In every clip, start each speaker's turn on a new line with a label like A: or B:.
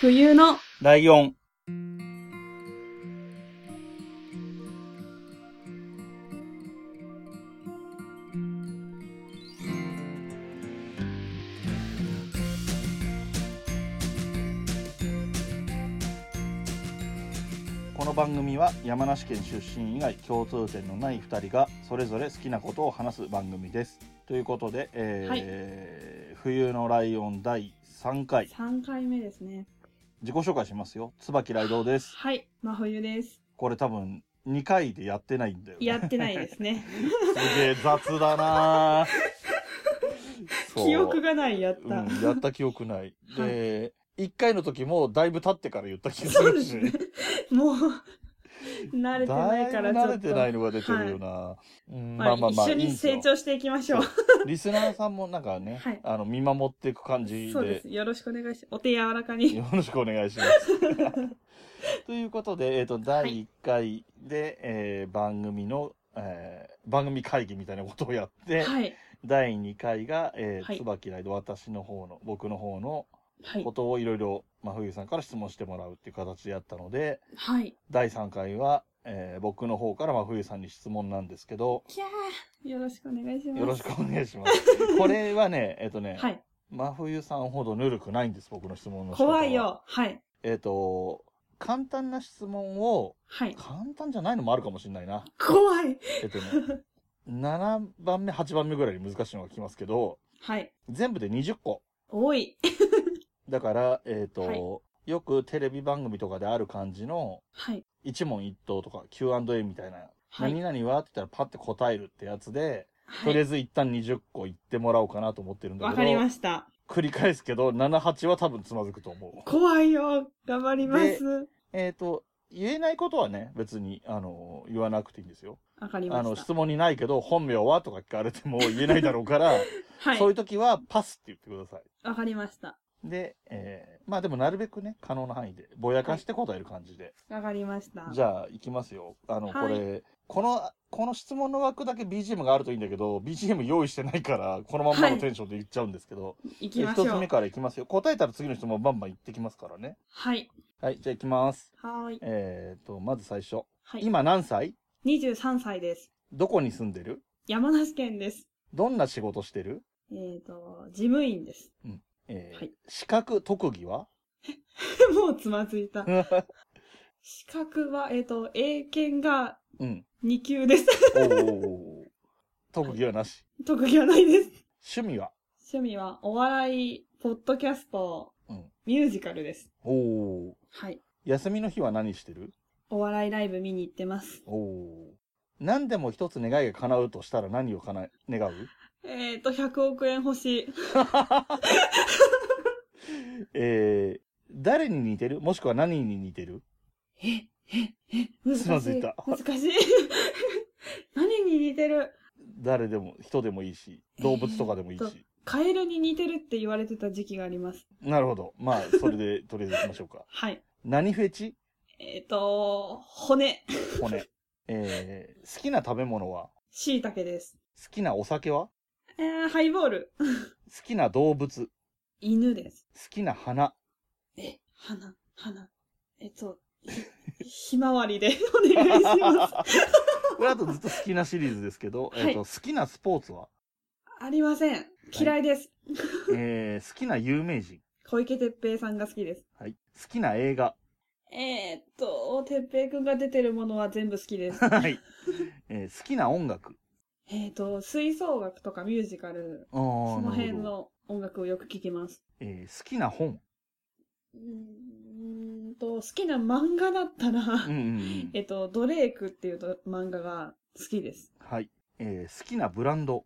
A: 冬の
B: ライオン。この番組は山梨県出身以外共通点のない2人がそれぞれ好きなことを話す番組です。ということで、えー冬のライオン第3回
A: 3回目ですね。
B: 自己紹介しますよ。椿雷道です。
A: はい、真冬です。
B: これ多分2回でやってないんだよ、ね。
A: やってないですね。
B: すげえ雑だなぁ そう
A: 記憶がない、やった。
B: うん、やった記憶ない。で、1回の時もだいぶ経ってから言った気がす
A: そう
B: る
A: で
B: し。
A: すね。もう、慣れて
B: だ
A: ないい
B: ぶ
A: からち
B: 慣
A: ょ
B: れ
A: って
B: ない
A: と。
B: のが出てるよな、うん
A: まあ、一緒
B: いいん
A: に
B: ですよ
A: 成長していきましょう。
B: リスナーさんもなんかね、
A: はい
B: あの、見守っていく感 じ
A: そうで。、
B: です
A: よろしくお願いします。お手柔らかに。
B: よろしくお願い します。ということで、えっ、と、第1回で、えー番組の、えー番組会議みたいなことをやって、
A: はい。
B: 第2回が、えー
A: はい
B: 椿ライド、私の方の、僕の方の
A: はい
B: こ。とをいろいろ、真冬さんから質問してもらうっていう形でやったので、
A: はい。
B: 第3回は、えー僕の方から真冬さんに質問なんですけど、
A: キャーよろしくお願いします。
B: よろしくお願い します。これはね、えっ、とね、
A: はい。
B: 真冬さんほどぬるくないんです、僕の質問の仕方は
A: 怖い。よ。はい。
B: えっ、と、簡単な質問を、
A: はい。
B: 簡単じゃないのもあるかもしれないな。
A: 怖い。
B: えっ、とね、7番目、8番目ぐらいに難しいのが来ますけど、
A: はい。
B: 全部で20個。
A: 多い。
B: だから、えっ、と、
A: はい
B: よくテレビ番組とかである感じの、
A: はい。
B: 一問一答とか Q&A みたいな、
A: はい。
B: 何々はって言ったらパッて答えるってやつで、
A: は
B: とりあえ
A: い。
B: ず一旦20個言ってもらおうかなと思ってるんだ
A: わ
B: け
A: かり
B: ど
A: ま、した。
B: 繰り返すけど、7、8は多分つまずくと思う。
A: 怖いよ。頑張ります。
B: えっ、と、言えないことはね、別に、あの、言わなくていいんですよ。
A: わかりま
B: あ
A: し
B: の、
A: た。
B: 質問にないけど、本名はとか聞かれても言えないだろうから、
A: は
B: そういう
A: い。
B: 時はパスって言ってください。
A: わかりました。
B: で、えーまあでもなるべくね、可能な範囲で、ぼやかして答える感じで。
A: わかりました。
B: じゃあ、いきますよ。あの、
A: はい
B: これ、この、この質問の枠だけ BGM があるといいんだけど、BGM 用意してないから、このまんまのテンションで言っちゃうんですけど、
A: 行き
B: で
A: ま
B: 一
A: しょ
B: つ目
A: う。
B: からいきますよ。答えたら次の質問バンバン言ってきますからね。
A: はい。
B: はい、じゃあいきます。
A: はーい。
B: えーと、まず最初。
A: はい。
B: 今何歳
A: 23歳です。
B: どこに住んでる
A: 山梨県です。
B: どんな仕事してる
A: えっ、と、事務員です。
B: えー
A: はい
B: 資格、特技は
A: もうつまずいた。資格は、えっ、と、英検が
B: うん。
A: 2級です。
B: おー。特技はなし。
A: 特技はないです。
B: 趣味は
A: 趣味は、お笑い、ポッドキャスト、
B: うん
A: ミュージカルです。
B: おー。
A: はい。
B: 休みの日は何してる
A: お笑いライブ見に行ってます。
B: おお。何でも一つ願いが叶うとしたら何を叶え、願う
A: えっ、と、100億円欲しい。
B: えー、誰に似てるもしくは何に似てる
A: え、え、え、難しい。
B: つまずいた
A: 難しい。 何に似てる
B: 誰でも、人でもいいし、動物とかでもいい
A: えーっ
B: し。
A: カエルに似てるって言われてた時期があります。
B: なるほど。まあ、それで、とりあえず行きましょうか。
A: はい。
B: 何フェチ
A: えっ、と、骨。
B: 骨。えー、好きな食べ物は
A: 椎茸です。
B: 好きなお酒は
A: えー、ハイボール。
B: 好きな動物好
A: 犬です。
B: き な花
A: え、花、花。えっ、と、ひひまわり でお願いします。
B: これあとずっと好きなシリーズですけど、
A: はい
B: えーと、好きなスポーツは
A: ありません。嫌いです。
B: えー、好きな有名人
A: 小池徹平さんが好きです。
B: はい。好きな映画。
A: えっ、と、徹平くんが出てるものは全部好き です
B: はい。えー好きな音楽。
A: えっと、吹奏楽とかミュージカル、
B: その
A: その辺の音楽をよく聴きます。
B: えー好きな本。
A: うーんと、好きな漫画だったら、
B: うんうんうん
A: えっと、ドレイクっていうと漫画が好きです。
B: はい。えー好きなブランド。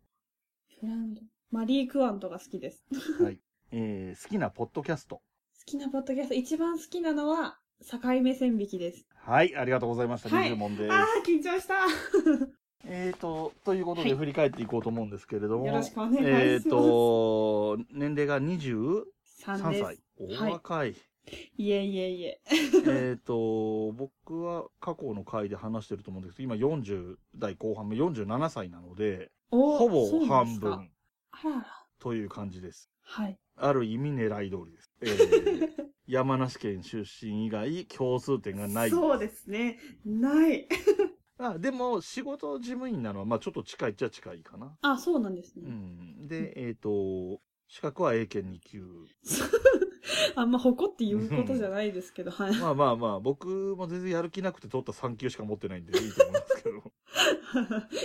A: ブランド。マリー・クワントが好きです。好
B: はい。えー好きなポッドキャスト。
A: きなポッドキャスト、一番好きなのは、境目線引きです。
B: はい。ありがとうございました。
A: はい
B: 20問です。
A: あー、緊張した
B: えーと、ということ
A: は
B: で
A: い
B: 振り返っていこうと思うんですけれども。
A: よろしくお願いします。
B: えーと、年齢が23
A: 3です。
B: 歳。お若い。
A: いえいえいえ。
B: えーと、僕は過去の回で話してると思うんですけど、今40代後半目、47歳なので、
A: おー
B: ほぼ
A: そうなんで
B: 半
A: すか
B: 分
A: あらあら。
B: という感じです。
A: はい。
B: ある意味狙い通りです。え ー山梨県出身以外共通点がない。
A: そうですね。ない。
B: あでも仕事事務員なのは、まあ、ちょっと近いっちゃ近いかな。
A: あ、そうなんです
B: う
A: ね。
B: ん、で、えっ、と、資格は A 県2級。
A: あんま誇って言うことじゃないですけど、はい。
B: まあまあまあ、僕も全然やる気なくて取った3級しか持ってないんでいいと思いま すけ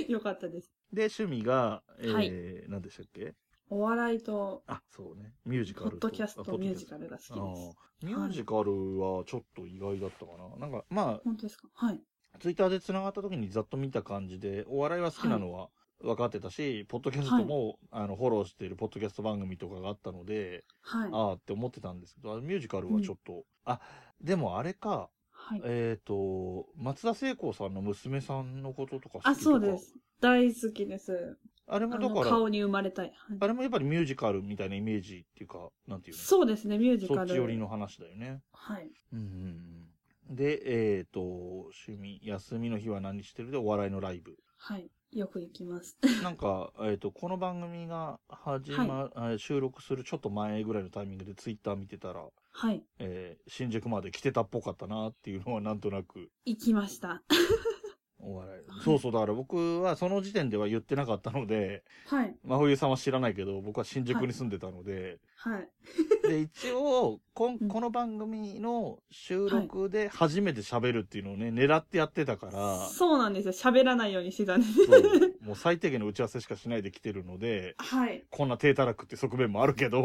B: ど。
A: よかったです。
B: で、趣味が、えー
A: はい
B: 何でしたっけ
A: お笑いと、
B: あ、そうね。ミュージカ
A: ポ
B: ル
A: ッドキャス
B: あ
A: ト、
B: ポッド
A: ミ
B: キ
A: ュ
B: ャ
A: ー
B: ス
A: ジ
B: ト
A: カルが好き
B: あ
A: です。
B: ーミュージカルはちょっと意外だったかな。なんか、まあ、
A: 本当ですかはい。
B: ツイッターで繋がった時にざっと見た感じで、お笑いは好きなのは分かってたし、ポッドキャストも、あの、フォローしているポッドキャスト番組とかがあったので、
A: はい。
B: ああって思ってたんですけど、あミュージカルはちょっと、あ、でもあれか、
A: はい。
B: えっ、と、松田聖子さんの娘さんのこととか好きとか。
A: あ、そうです。。大好きです。
B: あれ
A: あ
B: もだ
A: の、
B: から、
A: 顔に生まれたい。はい
B: あれもやっぱりミュージカルみたいなイメージっていうか、なんていうの
A: そうですね、ミュージ
B: そ
A: カ
B: っ
A: ル。
B: ち寄りの話だよね。
A: はい。
B: うんうんうん。で、えっ、と、趣味、休みの日は何してるでお笑いのライブ。
A: はい。よく行きます。
B: なんか、えっ、と、この番組が始ま、えー収録するちょっと前ぐらいのタイミングでツイッター見てたら、
A: はい。
B: えー新宿まで来てたっぽかったなっていうのはなんとなく、
A: 行きました。
B: お笑い。そうそう、だから僕はその時点では言ってなかったの で、
A: はい。
B: 真冬さんは知らないけど、僕は新宿に住んでたので、
A: はい。
B: で、一応、こん
A: うん
B: この番組の収録で初めて喋るっていうのをね、狙ってやってた から、
A: そうなんですよ。喋らないようにしてたんです。
B: そうもう最低限の打ち合わせしかしないで来てるので、
A: はい。
B: こんな低たらくって側面もあるけ ど、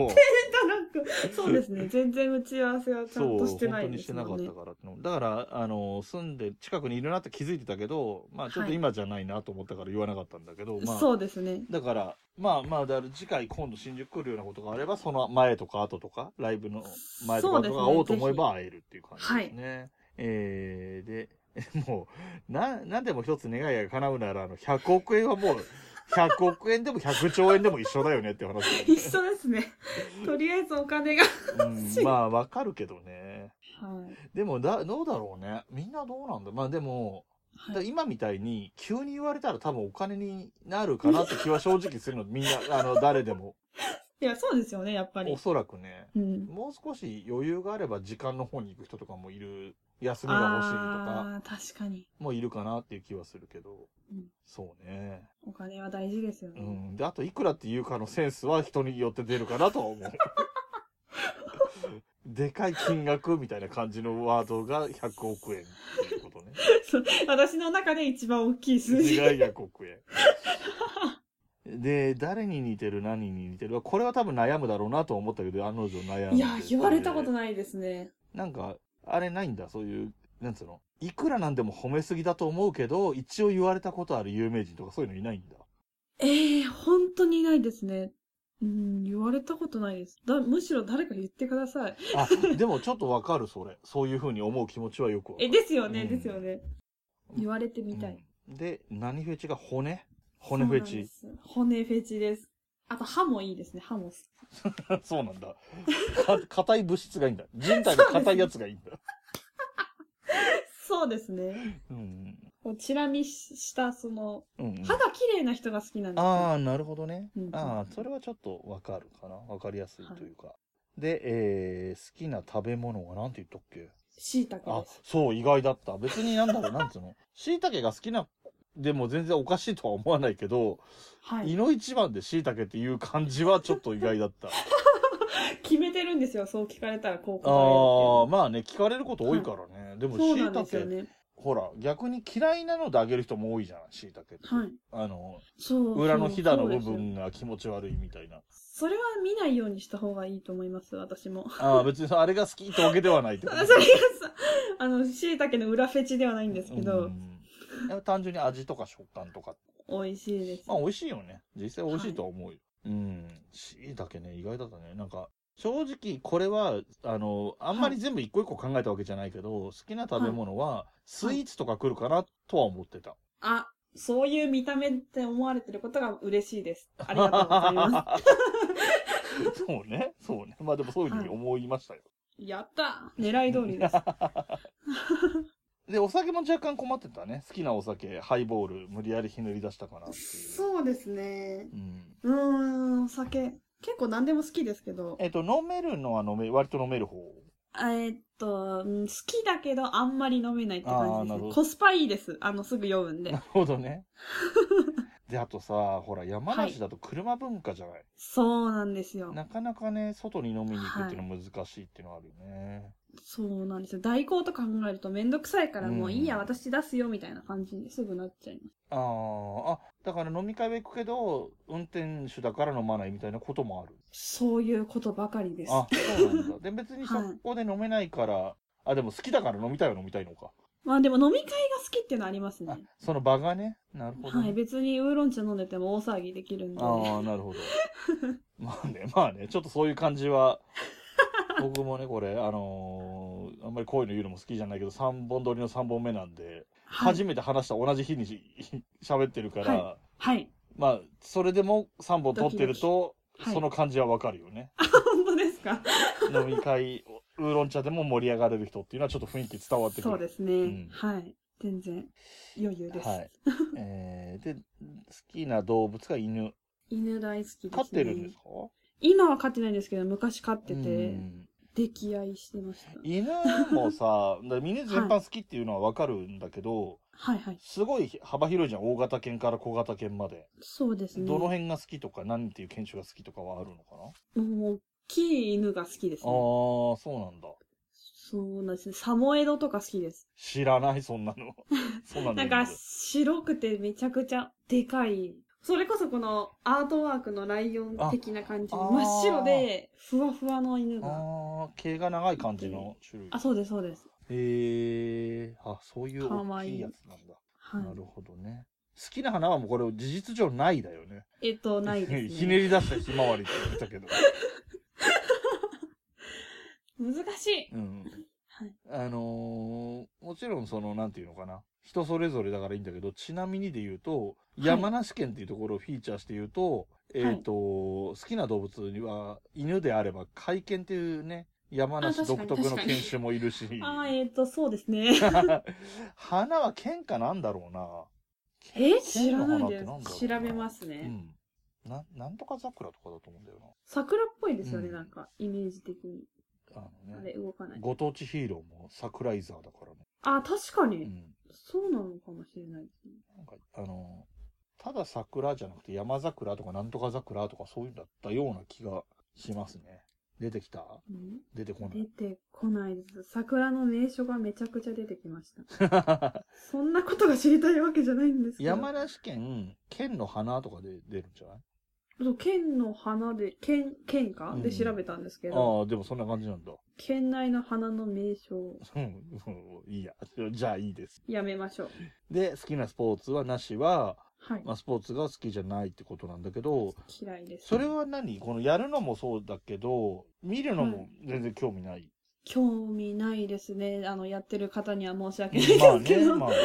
A: なんかそうです ね。全然打ち合わせはちゃんとしてないんです
B: そう
A: も
B: 本
A: ん
B: 当に
A: ね
B: してな。かったからってのだから、あの、住んで近くにいるなって気づいてたけど、まあちょっと今じゃないなと思ったから言わなかったんだけど、まあ、
A: そうですね。
B: だから、まあまあ、だから次回今度新宿来るようなことがあれば、その前とか後とか、ライブの前とか
A: そう
B: 後とか
A: ですね
B: 会おうと思えば会えるっていう感じですね。えー、で、 もう、な、なんでも一つ願いが叶うなら、あの、100億円はもう、100億円でも100兆円でも一緒だよねっていう話。
A: 一緒です ね。とりあえずお金が。
B: うん、まあ、わかるけどね。
A: はい。
B: でもだ、どうだろうね。みんなどうなんだまあでも、だか
A: は
B: ら
A: い、
B: 今みたいに急に言われたら多分お金になるかなって気は正直するの。みんな、あの、誰でも。
A: いや、そうですよね、やっぱり
B: お。そらくね。
A: うん。
B: もう少し余裕があれば時間の方に行く人とかもいる。休みが欲しいとか
A: ああ、確かに。
B: もいるかなっていう気はするけど。
A: うん
B: そうね。
A: お金は大事ですよ
B: う
A: ね。
B: ん。で、あといくらっていうかのセンスは人によって出るかなとは 思う。でかい金額みたいな感じのワードが100億円っていうことね。
A: そう 私の中で一番大きい数字。
B: 違い100億円。で、誰に似てる何に似てるこれは多分悩むだろうなと思ったけど、案の定悩んで。
A: いや、言われたこと
B: い。
A: ないですね。
B: なんか、あれないんだ、そういう、なんつうの。いくらなんでも褒めすぎだと思うけど、一応言われたことある有名人とかそういうのいないんだ。
A: ええ本当にないですね。うん、言われたことないです。だ、むしろ誰か言ってください。
B: あ、でもちょっとわかる、それ。そういうふうに思う気持ちはよくわか
A: え、
B: る。
A: ですよね、
B: うん
A: ですよね。言われてみたい。
B: うんで、何フェチが骨骨フェチ。
A: そうなんです。骨フェチです。あと、歯もいいですね、歯も好き。
B: そうなんだ。か硬い物質がいいんだ。人体が硬いやつがい いんだ。
A: そうですね。
B: うん。
A: こう、チラ見しした、その、
B: うんうん、
A: 歯が綺麗な人が好きなんですよ。
B: ああ、なるほどね。
A: うん
B: ああ、それはちょっとわかるかな。わかりやすいというか。で、えー、好きな食べ物はなんて言ったっけ
A: 椎茸
B: あ
A: です。、
B: そう、意外だった。別になんだろう、なんつうの。 椎茸が好きな、でも全然おかしいとは思わないけど、
A: はい
B: 胃。の一番で椎茸っていう感じはちょっと意外 だった。あ
A: 決めてるんですよ、そう聞かれたら、こう答え
B: あ
A: よ
B: ー、まあね、聞かれること多いからね。で
A: う
B: も
A: っていうそう
B: 椎
A: なん
B: 茸、
A: ですよね。
B: ほら、逆に嫌いなのであげる人も多いじゃん、椎茸って。
A: はい。
B: あの、
A: そう。
B: 裏のひだの
A: そう
B: 部
A: ですよ
B: 分が気持ち悪いみたいな。
A: それは見ないようにした方がいいと思います、私も。
B: ああ、別にあれが好きってわけではないって
A: そ
B: こ
A: れ
B: と
A: がさ、あの、椎茸の裏フェチではないんですけ
B: う
A: ど、
B: んいや単純に味とか食感とか。
A: 美味しいです。
B: まあ美味しいよね。実際美味しいとは思うよ。うん。しいだけね、意外だったね。なんか、正直これは、あの、あんまり全部一個一個考えたわけじゃないけど、好きな食べ物は、スイーツとか来るかなとは思ってた。
A: あ、そういう見た目って思われてることが嬉しいです。ありがとうございま
B: そうね。そうね。まあでもそういうふうに思いましたよ。
A: す。やった狙い通りです。
B: で、お酒も若干困ってたね。好きなお酒、ハイボ ール、無理やりひねり出したかなっていう。
A: そうですね。
B: う
A: うー
B: ん。
A: ん、お酒。結構何でも好きですけど、
B: えっと、飲めるのは飲め、割と飲める方。
A: あえっと、うん好きだけどあんまり飲めないって感じ
B: あー
A: です
B: なるほ
A: ね。
B: ど
A: コスパいいです。あの、すぐ酔うんで
B: な。るほどね。で、あとさ、ほら、山梨だと車文化じゃない、
A: そうなんですよ。
B: なかなかね、外に飲みに行くっていうのは難しいっていうのはあるよね。
A: そうなんですよ。代行とか考えるとめんどくさいから、
B: うん
A: もういいや、私出すよ、みたいな感じにすぐなっちゃいます。
B: あーあ、だから飲み会は行くけど、運転手だから飲まないみたいなこともある。
A: そういうことばかりです。
B: あ、そうなん だ。で、別にそ
A: はい
B: こで飲めないから、あ、でも好きだから飲みたいは飲みたいのか。
A: まあでも飲み会が好きっていうのはあります
B: あ
A: ね。、
B: その場がね。なるほど
A: は
B: ね、
A: い、別にウーロン茶飲んでても大騒ぎできるんで。
B: ああ、な るほど。まあね、まあね、ちょっとそういう感じは、僕もね、これ、あのーあんまりこういうの言うのも好きじゃないけど、3本撮りの3本目なんで、
A: はい
B: 初。めて話した同じ日にし 喋ってるから、
A: ははい。
B: まあ、それでも3本撮ってると、
A: ドキドキはい
B: その感じはわかるよ ね。
A: 本当ですか
B: 飲み会、ウーロン茶でも盛り上がれる人っていうのはちょっと雰囲気伝わってくる。
A: そうですね、
B: うん
A: はい。全然余裕です。
B: はい。えー、で、好きな動物が犬。
A: 犬大好きです、ね。
B: 飼ってるんですか
A: 今は飼ってないんですけど、昔飼って
B: う
A: て、
B: ん
A: 溺愛してました。
B: 犬も さ、だから犬全般好きっていうのはわかるんだけど、
A: はいはい。
B: すごい幅広いじゃん。大型犬から小型犬まで。
A: そうですね。
B: どの辺が好きとか、何っていう犬種が好きとかはあるのかな、あ
A: もう大きい犬が好きです
B: あ
A: ね。
B: ー、そうなんだ。
A: そうなんですね。サモエドとか好きです。
B: 知らない、そんな の。そうなんだ。
A: なんか
B: 犬
A: 白くてめちゃくちゃでかい。それこそこのアートワークのライオン的な感じ
B: ああ
A: の
B: ー
A: 真っ白でふわふわの犬が。
B: ああ、毛が長い感じの種類。
A: あ、そうですそうです。
B: へえ、あ、そういう
A: か
B: 大
A: わ
B: き
A: い
B: い
A: い
B: やつなんだ。
A: はい
B: な。るほどね。好きな花はもうこれ事実上ないだよね。
A: えっと、ないです
B: ひ
A: ね。
B: ねり出したひまわりって言ってたけど。
A: 難しい。
B: うん
A: はい
B: あのーもちろんその、なんていうのかな。人それぞれだからいいんだけど、ちなみにで言うと、
A: い
B: 山梨県っていうところをフィーチャーして言うと、えっ、と、好きな動物には、犬であれば、甲斐犬っていうね、山梨
A: あ確か
B: 独
A: に
B: 特の犬種もいるし、
A: あー、えっと、そうですね。
B: 花は喧嘩なんだろうな。
A: え知らない
B: 剣の花っ
A: で
B: て
A: す。
B: んだろ
A: 調
B: うな
A: べますね。
B: うん。な、なんとか桜とかだと思うんだよ
A: 桜っぽいですよね、
B: うん
A: なんか、イメージ的に。
B: な。あ
A: あ
B: の
A: れ、
B: ね、
A: 動かない。
B: ご当地ヒーローも桜井沢だからね。
A: あ、確か
B: う
A: に、
B: ん。
A: そうなのかもしれないですね。
B: なんか、あの、ただ桜じゃなくて山桜とかなんとか桜とかそういうんだったような気がしますね。出てきた
A: うん
B: 出てこな
A: 出
B: い。
A: てこないです。桜の名所がめちゃくちゃ出てきました。 そんなことが知りたいわけじゃないんですけど。
B: 山梨県、県の花とかで出るんじゃない
A: そう県の花で、県、県か、
B: うん
A: で調べたんですけど、
B: ああ、でもそんな感じなんだ。
A: 県内の花の名所を
B: うんうんいいや。じゃあいいです。
A: やめましょう。
B: で、好きなスポーツはなしは、
A: はい。
B: まあ、スポーツが好きじゃないってことなんだけど、
A: 嫌いです。
B: それは何このやるのもそうだけど、見るのも全然興味ない。
A: 興味ないですね。あの、やってる方には申し訳ない
B: まあ
A: ですけ
B: ね、
A: ど。
B: まあね。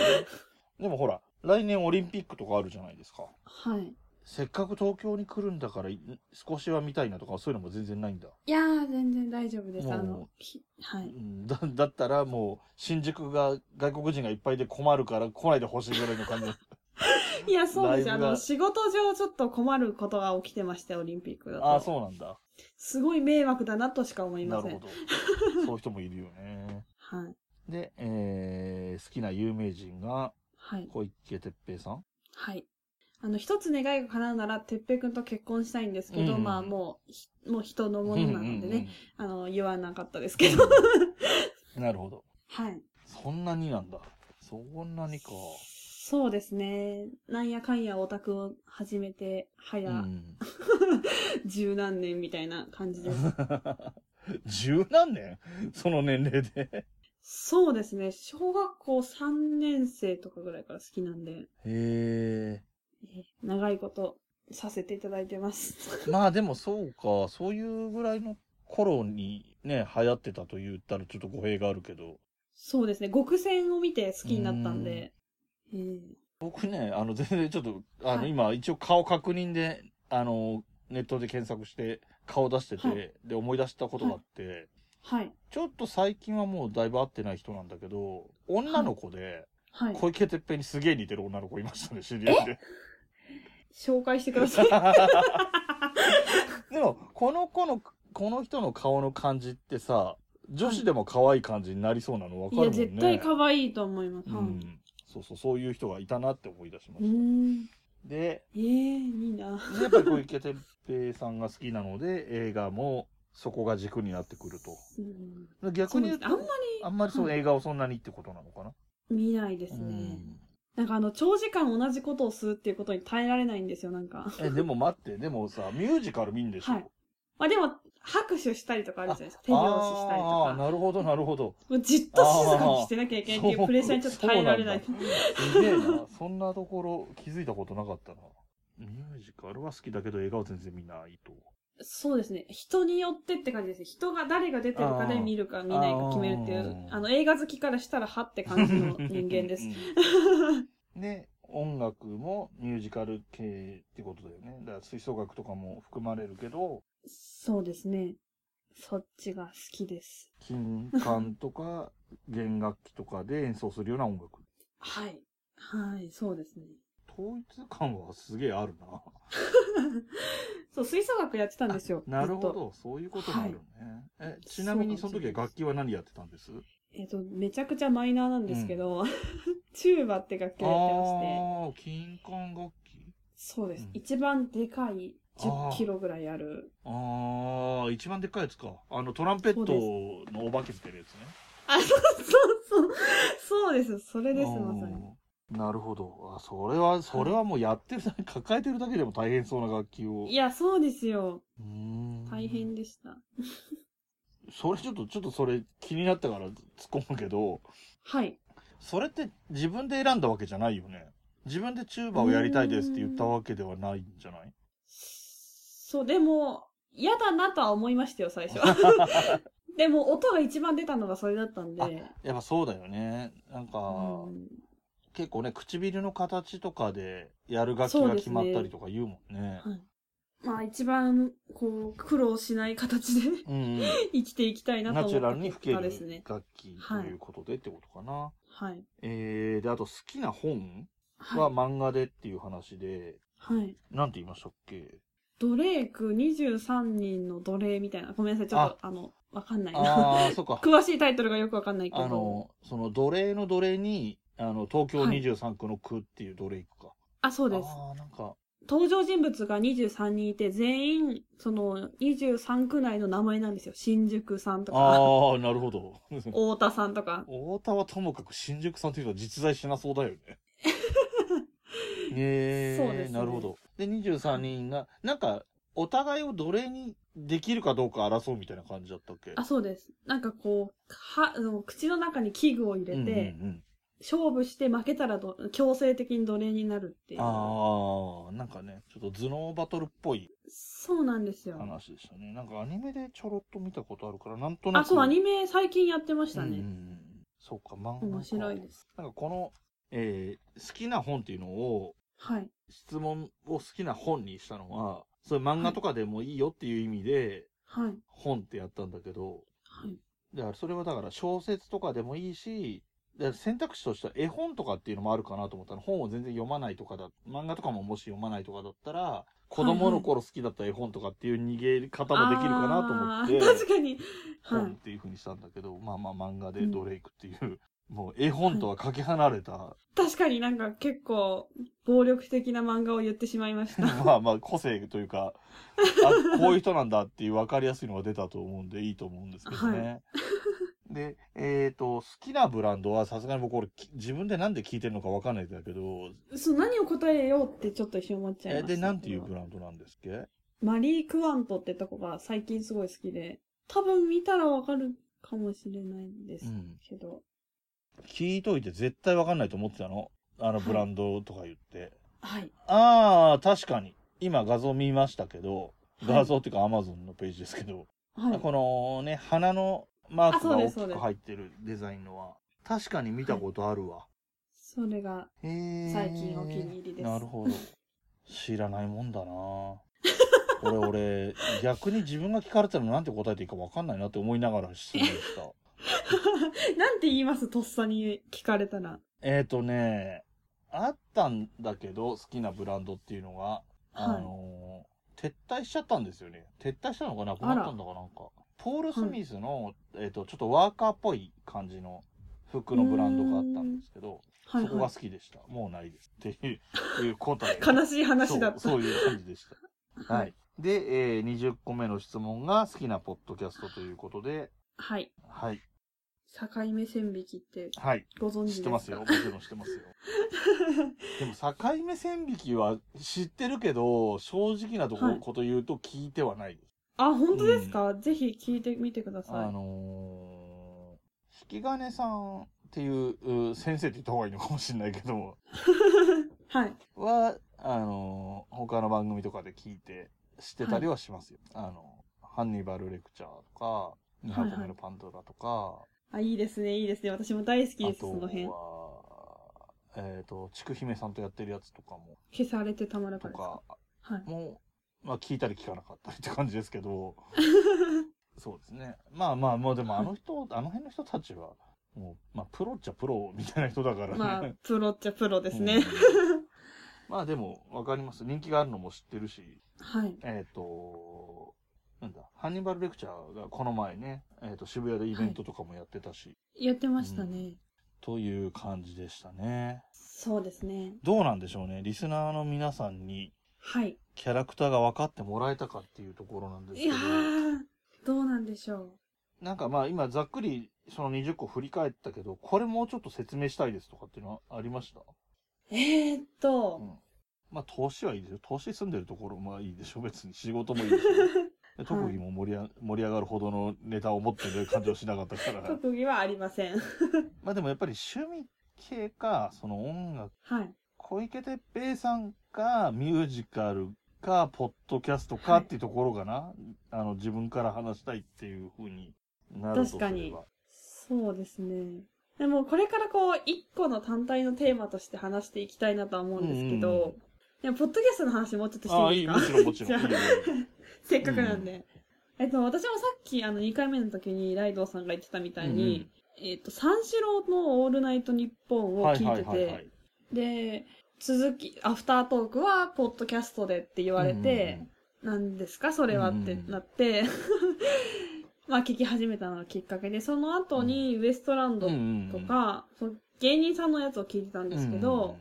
B: でもほら、来年オリンピックとかあるじゃないですか。
A: はい。
B: せっかく東京に来るんだから、い少しは見たいなとか、そういうのも全然ないんだ。
A: いやー、全然大丈夫です。
B: もう
A: あの、ひは
B: う
A: い。
B: んだだったらもう、新宿が外国人がいっぱいで困るから来ないでほしいぐらいの 感じ。
A: いや、そうですよ。あ
B: ライブが
A: の、仕事上ちょっと困ることが起きてまして、オリンピックだと。
B: ああ、そうなんだ。
A: すごい迷惑だなとしか思い
B: な
A: ま
B: る
A: せん。
B: ほど。そういう人もいるよね。
A: はい。
B: で、えー、好きな有名人が、
A: はい。
B: 小池徹平さん
A: はい。あの、一つ願いが叶うなら、てっぺくんと結婚したいんですけど、
B: うん
A: まあ、もうひ、もう人のものなのでね、あの、言わなかったですけ
B: う
A: ど。
B: んうんうんなるほど。
A: はい。
B: そんなになんだ。そんなにか。
A: そうですね。なんやかんやオタクを始めて、
B: う
A: 早
B: ん。
A: 十何年みたいな感じ です。
B: 十何年その年齢で。
A: そうですね。小学校3年生とかぐらいから好きなんで、
B: へえ。
A: えー長いことさせていただいてます。
B: まあでもそうか、そういうぐらいの頃にね、流行ってたと言ったらちょっと語弊があるけど、
A: そうですね。極戦を見て好きになったんで、えー
B: 僕ね、あの全然ちょっと、あの
A: はい
B: 今一応顔確認で、あの、ネットで検索して顔出してて、
A: はい
B: で思い出したことがあって、
A: はい。
B: ちょっと最近はもうだいぶ会ってない人なんだけど、女の子で、
A: はい。
B: 小池徹平にすげえ似てる女の子いましたね、知り合いで。
A: 紹介してください。
B: でも、この子の、この人の顔の感じってさ、女子でも可愛い感じになりそうなの分
A: い
B: かるも
A: や、
B: んね。
A: 絶対可愛いと思います。
B: う
A: はい
B: ん。そうそう、そういう人がいたなって思い出しま
A: うー
B: し
A: ん。
B: た。で、
A: ええいいな。
B: やっぱり小池徹平さんが好きなので、映画もそこが軸になってくると。
A: うんそ
B: 逆
A: う
B: に
A: です
B: 言う
A: あ
B: と、
A: んまり
B: あんまりその映画をそんなにってことなのかな。
A: 見ないですね。
B: うん
A: なんかあの、長時間同じことをするっていうことに耐えられないんですよ、なんか。
B: え、でも待って、でもさ、ミュージカル見んでしょ。
A: はいまあでも、拍手したりとかあるじゃないですか。手
B: あ
A: 拍子したりと
B: あー
A: か。
B: なるほど、なるほど。
A: もうじっと静かにしてなきゃいけないってい
B: そう
A: うプレッシャーにちょっと耐えられない
B: そ。すげえな。そんなところ気づいたことなかったな。ミュージカルは好きだけど映画は全然見ないと。
A: そうですね。人によってって感じですね。人が誰が出てるかで見るか見ないか決めるっていう、
B: あー
A: あの、映画好きからしたら、はって感じの人間です。
B: う ん。で、音楽もミュージカル系ってことだよね。だから吹奏楽とかも含まれるけど、
A: そうですね。そっちが好きです。
B: 金管とか 弦楽器とかで演奏するような音楽。
A: はい。はい、そうですね。
B: 統一感はすげえあるな。
A: そう、吹奏楽やってたんですよ。
B: なる
A: ず
B: ほ
A: っと。
B: ど、そういうことなんだよね。え、ちなみにその時は楽器は何やってたんです
A: えっ、と、めちゃくちゃマイナーなんですけど、 チューバって楽器
B: あ
A: をやってまして、
B: ー金管楽器
A: そうです。
B: うん
A: 一番でかい
B: あー
A: 10キロぐらいあ る。
B: ああ、一番でっかいやつか。あの、トランペットのお化けつけるやつね。
A: あ、そうそうそう。そうです。それです、まさに。
B: あーなるほど。あ、それは、それはもうやってる、抱えてるだけでも大変そうな楽器を。
A: いや、そうですよ。
B: うーん
A: 大変。でした。
B: それちょっと、ちょっとそれ気になったから突っ込むけど、
A: はい。
B: それって自分で選んだわけじゃないよね。自分でチューバをやりたいですって言ったわけではないんじゃない
A: そう、でも、嫌だなとは思いましたよ、最初。 でも、音が一番出たのがそれだったんで。
B: あやっぱそうだよね。なんか、
A: うん
B: 結構ね、唇の形とかでやる楽器が決まったりとか言うもんね。
A: まあ一番こう苦労しない形で
B: うんうん、
A: 生きていきたいなと
B: ナ
A: 思っ
B: チ
A: た
B: ュラルに吹け
A: 結果
B: る
A: ですね。
B: 楽器ということでってことかな。
A: はい。
B: えー、で、あと好きな本は
A: はい。
B: 漫画でっていう話で、
A: はい、
B: なんて言いましたっけ
A: ドレーク23人の奴隷みたいな。ごめんなさい。ちょっとあの、わかん ないな。
B: ああ、そっか。
A: 詳しいタイトルがよくわかんないけど。
B: あの、その奴隷の奴隷に、あの、東京
A: はい
B: 23区の区っていう奴隷区か。
A: あ、そうです。
B: ああ、なんか、
A: 登場人物が23人いて、全員、その23区内の名前なんですよ。新宿さんとか、
B: ああ、なるほど。
A: 大田さんとか。
B: 太田はともかく新宿さんというのは実在しなそうだ よね。へえ
A: そうですね
B: なるほど。で、23人が、なんか、お互いを奴隷にできるかどうか争うみたいな感じだったっけ
A: あ、そうです。なんかこう、は、あの口の中に器具を入れて、
B: うんうんうん
A: 勝負して負けたらど強制的に奴隷になるっていう。
B: ああ、なんかね、ちょっと頭脳バトルっぽい
A: そうなんですよ。
B: 話でしたね。なんかアニメでちょろっと見たことあるから、なんとなく。
A: あ、そう、アニメ最近やってました
B: うんうんう
A: ね。
B: んそうか、漫画か。
A: 面白いです。
B: なんかこの、えー好きな本っていうのを、
A: はい。
B: 質問を好きな本にしたのは、そういう漫画とかでもいいよっていう意味で、
A: はい。
B: 本ってやったんだけど、
A: はい。
B: だからそれはだから小説とかでもいいし、だから選択肢としては絵本とかっていうのもあるかなと思ったの。本を全然読まないとかだ、漫画とかももし読まないとかだったら、子供の頃好きだった絵本とかっていう逃げ方もできるかなと思って、
A: あー 確かに。は
B: 本っ
A: い。
B: ていうふうにしたんだけど、まあまあ漫画でドレイクっていう、もう絵本とはかけ離れた、
A: 確かになんか結構暴力的な漫画を言ってしまいました。
B: まあまあ個性というか、あ、こういう人なんだっていう分かりやすいのが出たと思うんでいいと思うんですけどね。 で、えっ、と、好きなブランドはさすがに僕これき自分でなんで聞いてるのか分かんないんだけど、
A: そう、何を答えようってちょっと一瞬思っちゃいま
B: え
A: した。
B: で、なんていうブランドなんですっけ
A: マリー・クワントってとこが最近すごい好きで、多分見たらわかるかもしれないんです
B: うん。
A: けど。
B: 聞いといて絶対分かんないと思ってたの。あの
A: はい
B: ブランドとか言って。
A: はい。
B: ああ、確かに。今画像見ましたけど、
A: はい
B: 画像っていうか Amazon のページですけど、
A: はい。
B: このね、花のマーク
A: あそう
B: が大
A: です
B: きく入ってるデザインのは、確かに見たことあるわ。
A: それが、
B: へー
A: 最近お気に入りです
B: なるほど。知らないもんだな俺、俺、逆に自分が聞かれたらなんて答えていいかわかんないなって思いながら質問した。
A: なんて言いますとっさに聞かれたら。
B: えっとね、あったんだけど、好きなブランドっていうのが、あのー撤退しちゃったんですよね。撤退したのかなくなったんだかなんか。ポール・スミスの、えっ、と、ちょっとワーカーっぽい感じの服のブランドがあったんですけど、
A: はい
B: そこが
A: は
B: 好きでした。もうないです。っていう、いう答え。
A: い。悲しい話だった。
B: そう。そういう感じでした。は
A: はいい。
B: で、えー、20個目の質問が好きなポッドキャストということで、
A: はい。
B: はい。
A: 境目線引きって
B: はい。
A: ご存知ですか
B: 知って ますよ。も。ちろん知ってますよ。でも、境目線引きは知ってるけど、正直なとこ、
A: はい
B: こと言うと聞いてはないです。
A: あ、本当ですか、ぜひ聞いてみてくだ
B: あ
A: さ
B: のー、引き金さんっていうう先生って言った方がいいのかもしれないけども、
A: い。はい。
B: は、あのー、他の番組とかで聞いて、知ってたりはしますよ。あの、ハンニバルレクチャーとか、二
A: はい
B: 泊目のパンドラとか、
A: あ、いいですね、いいですね。私も大好きで
B: あ
A: す、そ
B: と
A: の辺。
B: は、えっ、と、ちくひめさんとやってるやつとかも、
A: 消されてたまらなか
B: と
A: ったです
B: か
A: か。はい。
B: も、まあ聞いたり聞かなかったりって感じですけ ど、そうですね。まあまあ、まあでもあの人、あの辺の人たちは、もう、まあプロっちゃプロみたいな人だからね。
A: まあ、プロっちゃプロです
B: うん
A: ね。
B: まあでも、わかります。人気があるのも知ってるし、
A: はい。
B: えっ、と、なんだ、ハンニバルレクチャーがこの前ね、えっ、と、渋谷でイベントとかもやってたし、
A: やってましたね。
B: という感じでしたね。
A: そうですね。
B: どうなんでしょうね。リスナーの皆さんに
A: はい。
B: キャラクターが分かってもらえたかっていうところなんです
A: い
B: けど
A: や、ー、どうなんでしょ
B: なんかまあ今ざっくりその20個振り返ったけど、これもうちょっと説明したいですとかっていうのはありました
A: う。えー、っと、
B: うんまあ投資はいいですよ。投資住んでるところもいいでしょ。別に仕事もいいでしょ。 で特技も盛りあ盛り上がるほどのネタを持ってる感じはしなかったから。
A: 特技はありません。
B: まあでもやっぱり趣味系か、その音楽、
A: はい。
B: 小池徹平さんか、ミュージカルか、ポッドキャストか
A: はい
B: っていうところかな。あの、自分から話したいっていうふうになるとす
A: 確
B: れば。
A: かにそうですね。でも、これからこう、一個の単体のテーマとして話していきたいなとは思うんですけ
B: うんうんうん
A: ど、でも、ポッドキャストの話もうちょっと
B: ああ、
A: してい
B: い
A: い
B: い、
A: で
B: も
A: す
B: ち
A: か
B: ろんもちろん。いい
A: じゃ
B: よ
A: あせっかくなんで。えっと、私もさっき、あの、2回目の時にライドウさんが言ってたみたいに、えっと、三四郎のオールナイトニッポンを
B: はい
A: 聞
B: はいい
A: て
B: はいはい
A: て、。で、続き、アフタートークは、ポッドキャストでって言われて、なんですかそれはってなって、 まあ聞き始めたのがきっかけで、その後にウエストラン
B: う
A: ド
B: んうんうん、
A: とか、その芸人さんのやつを聞いてたん
B: うんうんうん、
A: ですけど、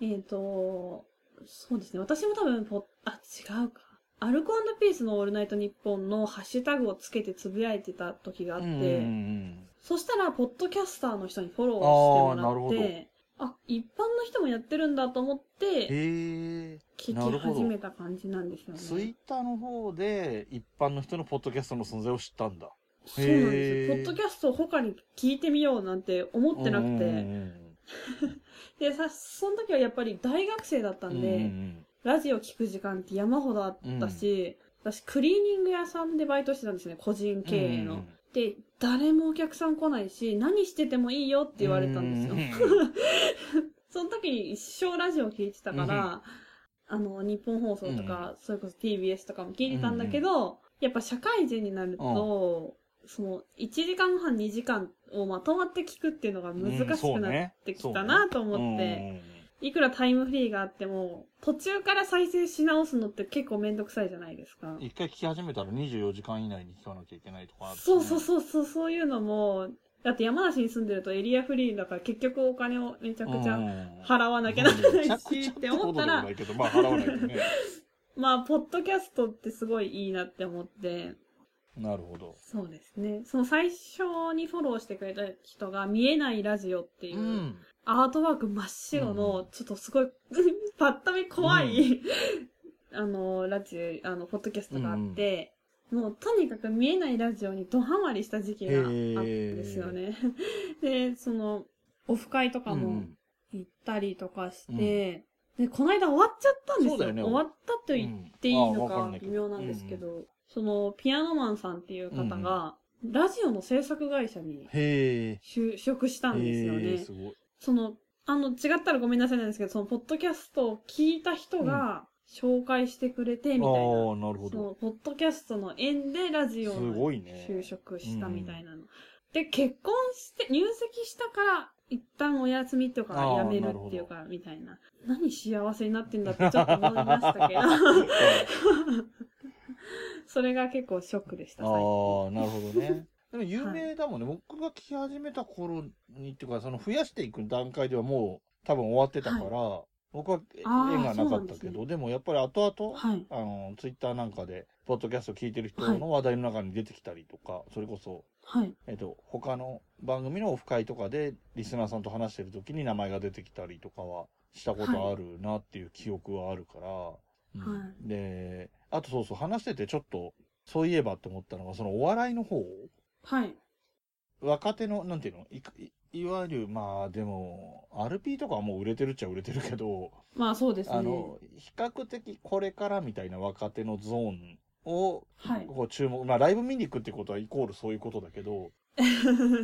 A: えっ、と、そうですね。私も多分ポ、あ、違うか。アルコピースのオールナイトニッポンのハッシュタグをつけてつぶやいてた時があ
B: あ
A: って、
B: うん
A: そしたら、ポッドキャスターの人にフォローして
B: あーなる
A: も
B: ほ
A: らっ
B: ど
A: て、あ一般の人もやってるんだと思って、
B: へえ。
A: 聞き
B: なるほど
A: 始めた感じなんですよね。そ
B: ツ
A: う
B: イッターの方で一般の人のポッドキャストの存在を知ったんだ。
A: なん
B: へー
A: ですよ。ポッドキャストを他に聞いてみようなんて思ってなく
B: うん
A: て。で、さ、その時はやっぱり大学生だった
B: うんうん
A: ん
B: うんうんう
A: で、
B: ん
A: ラジオ聞く時間って山ほどあったし、私クリーニング屋さんでバイトしてたんですね、個人経営
B: うん
A: の
B: うん。
A: で、誰もお客さん来ないし、何しててもいいよって言われたんですよ。
B: よ。
A: その時に一生ラジオ聞いてたから、あの、日本放送とか、それこそ TBS とかも聞いてたんだけど、やっぱ社会人になると、その、1時間半、2時間をまとまって聞くっていうのが 難
B: うん
A: し
B: そ
A: く
B: う
A: なっ
B: ね
A: てきたなと思って、いくらタイムフリーがあっても、途中から再生し直すのって結構めんどくさいじゃないですか
B: うん。一回聞き始めたら24時間以内に聞かなきゃいけないとかあってね
A: そうそうそうそう、そういうのも、だって山梨に住んでるとエリアフリーだから結局お金をめちゃくちゃ
B: うん
A: 払わなきゃなら
B: めち
A: な
B: ゃ
A: い
B: くち
A: し
B: ゃ
A: って思ったら
B: ほどでもな、いけどまあ払わない とね。
A: まあ、ポッドキャストってすごいいいなって思って、
B: なるほど。
A: そうですね。その最初にフォローしてくれた人が、見えないラジオっていう、
B: うん。
A: アートワーク真っ白
B: う
A: の
B: ん、
A: ちょっとすごい、 パッと見怖い、 あの、ラジオ、あの、ポッドキャストがあって、もうとにかく見えないラジオにドハマりした時期があったんですよね。 で、その、オフ会とか
B: う
A: も
B: ん
A: 行ったりとかして、で、この間終わっちゃったんです
B: そうだ
A: よ。
B: よね
A: 終わったと言って
B: 言
A: っていいのか微妙なんですけど、。そのピアノマンさんっていう方が、ラジオの制作会社に
B: へえ。
A: 就職したんですよ
B: へえ
A: ね
B: す。ごい。
A: その、あの、違ったらごめんなさいなんですけど、その、ポッドキャストを聞いた人が紹介してくれて、みたいな。
B: ああ
A: そ
B: ー、なるほど。
A: の、ポッドキャストの縁でラジオ
B: す
A: に
B: ごいね
A: 就職したみたいなの。で、結婚して、入籍したから一旦お休みとかやめるっていうか、みたいな。何幸せになってんだってちょっと思いました けど。それが結構ショックでした、
B: ああ
A: 最近
B: ーなるほ どねでも有名だもんね、僕が聞き始めた頃にっていうかその増やしていく段階ではもう多分終わってたから、僕はえ
A: あー
B: 縁がなかった
A: そうな
B: け
A: んです
B: ど
A: ね
B: で,、もやっぱり後々、
A: はい。
B: あのツイッターなんかでポッドキャスト聞いてる人の話題の中に出てきたりとか、それこそ、
A: はい。
B: えっと他の番組のオフ会とかでリスナーさんと話してる時に名前が出てきたりとかはしたことあるなっていう記憶はあるから、うん
A: は
B: であとそうそう話しててちょっとそういえばって思ったのがそのお笑いの方
A: はい。
B: 若手のなんていうのいいいわゆるまあでも RP とかはもう売れてるっちゃ売れてるけど、
A: まあそうですね。
B: あの比較的これからみたいな若手のゾーンを
A: はい。
B: こう注目、まあライブ見に行くってことはイコールそういうことだけど、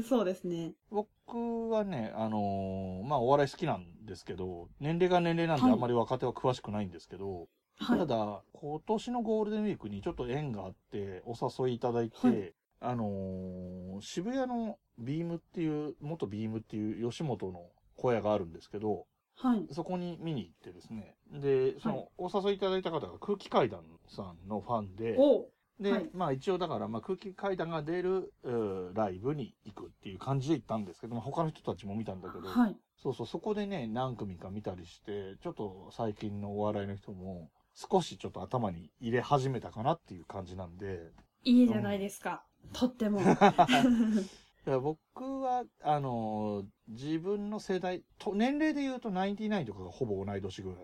A: そうですね。
B: 僕はね、あのーまあ、お笑い好きなんですけど、年齢が年齢なんで
A: はい
B: あんまり若手は詳しくないんですけど、
A: はい
B: た。だ、今年のゴールデンウィークにちょっと縁があって、お誘いいただいて、
A: はい
B: あのー渋谷のビームっていう、元ビームっていう吉本の小屋があるんですけど、
A: はい。
B: そこに見に行ってですね、で、そ
A: は
B: の、お誘いいただいた方が空気階段さんのファンで、
A: お
B: で、
A: はい
B: まあ一応だから、まあ空気階段が出る、うーライブに行くっていう感じで行ったんですけど、まあ他の人たちも見たんだけど、
A: はい。
B: そうそう、そこでね、何組か見たりして、ちょっと最近のお笑いの人も、少しちょっと頭に入れ始めたかなっていう感じなんで、
A: いいじゃないですか。とって も。
B: いや僕は、あのー自分の世代、と年齢で言うと99とかがほぼ同い年ぐらい。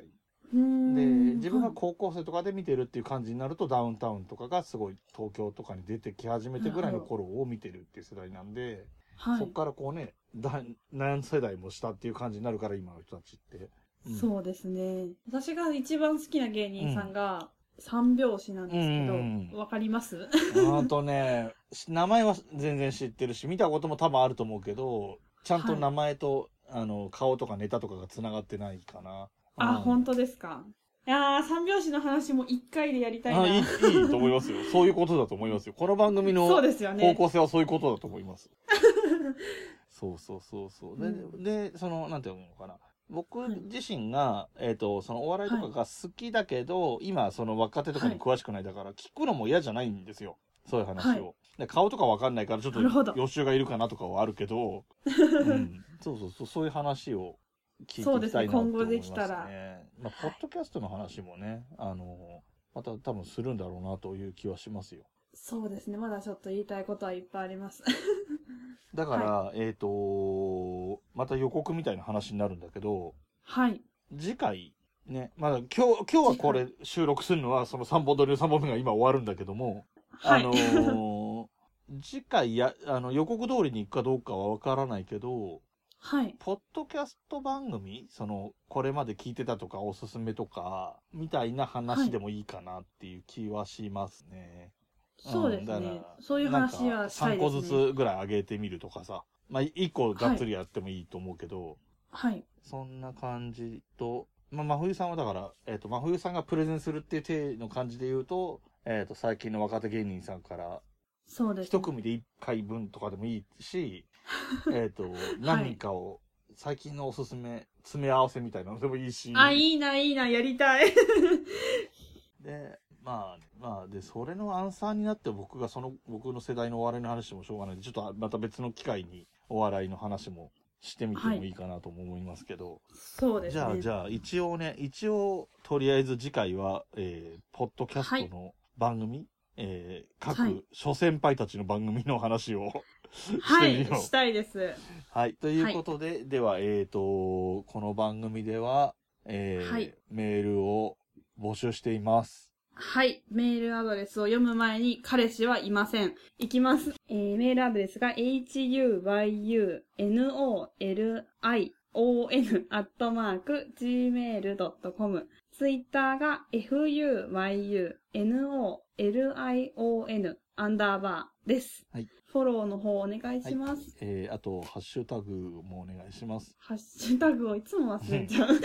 A: うーん
B: で、自分が
A: はい
B: 高校生とかで見てるっていう感じになると、ダウンタウンとかがすごい東京とかに出てき始めてぐらいの頃を見てるっていう世代なんで、
A: はい、
B: そっからこうね、だ何世代もしたっていう感じになるから、今の人たちって。うん
A: そうですね。私が一番好きな芸人さんが、三拍子なんですけど、
B: う
A: わ、
B: ん
A: かります
B: あとね、し名前は全然知ってるし、見たことも多分あると思うけど、ちゃんと名前と、あの、顔とかネタとかが繋がってないかな。
A: あ、本
B: 当
A: 当ですか。いやー、三拍子の話も一回でやりたいな。
B: あいい、いいと思いますよ。そういうことだと思いますよ。この番組の
A: そうですよ
B: 方
A: ね。
B: 向性はそういうことだと思い ます。そうそうそうそう。で、
A: うん
B: でその、なんていうのかな。僕
A: はい
B: 自身が、えっ、と、そのお笑いとかが好きだけど、今、その若手とかに詳しくないだから、聞くのも嫌じゃないんですよ。そういう話を。で顔とかわかんないから、ちょっ
A: なるほ
B: と
A: ど
B: 予習がいるかなとかはある けど、うん、そうそうそう、そういう話を聞いていきたいなと思い
A: そうですね今
B: ますね。
A: 後できたら
B: まあ、ポッドキャストの話もね、あの、また多分するんだろうなという気はしますよ。
A: そうですね。まだちょっと言いたいことはいっぱいあります。
B: だから、えっ、とまた予告みたいな話になるんだけど、
A: はい。
B: 次回、ね、まだ今日、今日はこれ収録するのは、その3本撮りの3本目が今終わるんだけども、
A: は
B: あ
A: い。
B: のー次回や、あの、予告通りに行くかどうかはわからないけど、
A: はい。
B: ポッドキャスト番組その、これまで聞いてたとか、おすすめとか、みたいな話でもいいかなっていう気はしますね。
A: そうです
B: んだ
A: ね
B: か。ら
A: そういう話はしたいですね。
B: なんか3個ずつぐらい上げてみるとかさ。まあ、1個がっつりやってもいいと思うけど、
A: はい。
B: そんな感じと、まあ、真冬さんはだから、えっ、と、真冬さんがプレゼンするっていう体の感じで言うと、えっ、と、最近の若手芸人さんから、
A: そうです、
B: 一組で1回分とかでもいい し、えっと、何かを、最近のおすすめ、詰め合わせみたいなのでもいいし。
A: あ、いいな、いいな、やりたい。
B: で、まあ、まあ、で、それのアンサーになって僕がその、僕の世代のお笑いの話もしょうがないんで、ちょっとまた別の機会にお笑いの話もしてみてもいいかなとも思いますけど。
A: そうです
B: じ
A: ね。
B: ゃあ、じ
A: ゃ
B: ゃあ、一応ね、一応、とりあえず次回は、えー、ポッドキャストの番組、えー、
A: は
B: 各
A: い
B: 諸先輩たちの番組の話を
A: は
B: して
A: い、
B: みよう
A: したいです。
B: はい。ということで、では、えっ、と、この番組では、えー
A: はい
B: メールを募集しています。
A: はい。メールアドレスを読む前に、彼氏はいません。いきます。えー、メールアドレスが、huyunolion アットマーク gmail.com。ツイッターが、fuyunolion アンダーバーです。
B: はい
A: フォローの方お願いします。
B: えーあと、ハッシュタグもお願いします。
A: ハッシュタグをいつも忘れちゃう。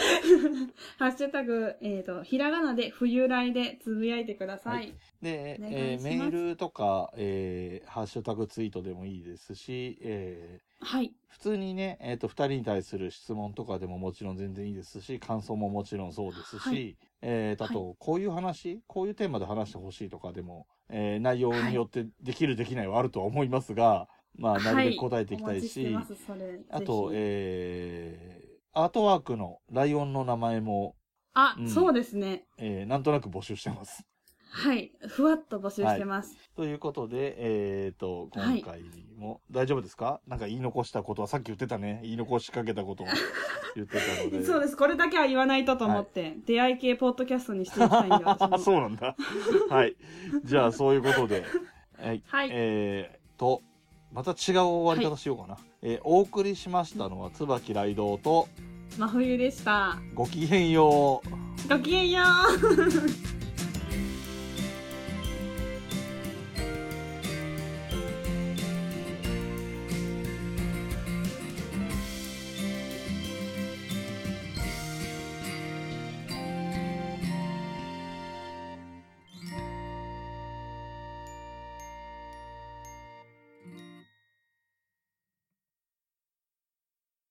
A: ハッシュタグ、えっ、と、ひらがなで冬来でつぶやいてください。
B: はいで、
A: お願
B: え
A: いします
B: ーメールとか、えーハッシュタグツイートでもいいですし、え
A: はい。
B: ー普通にね、えっ、と、二人に対する質問とかでももちろん全然いいですし、感想ももちろんそうですし、
A: はい
B: えーとあと、こういう話、こういうテーマで話してほしいとかでも、えー内容によってできる、できないはあるとは思いますが、まあ、なるべく答えていきたいし、
A: お待ちしてます、それ。
B: あと、
A: ぜひ
B: えー、アートワークのライオンの名前も、
A: あ、
B: うん
A: そうですね。
B: えーなんとなく募集してます。
A: はい。ふわっと募集してます。
B: ということで、えー、と、
A: は
B: 今
A: い
B: 回も、大丈夫ですかなんか言い残したことは、さっき言ってたね。言い残しかけたことを言ってたので。
A: そうです。これだけは言わないとと思って、出会い系ポッドキャストにしていきたいんで、 私も。
B: そうなんだ。はい。じゃあ、そういうことで、はい。
A: はい
B: えー、と、また違う終わり方しようかな。えーお送りしましたのは、椿雷道と、
A: 真冬でした。
B: ごきげんよう。
A: ごきげんよう。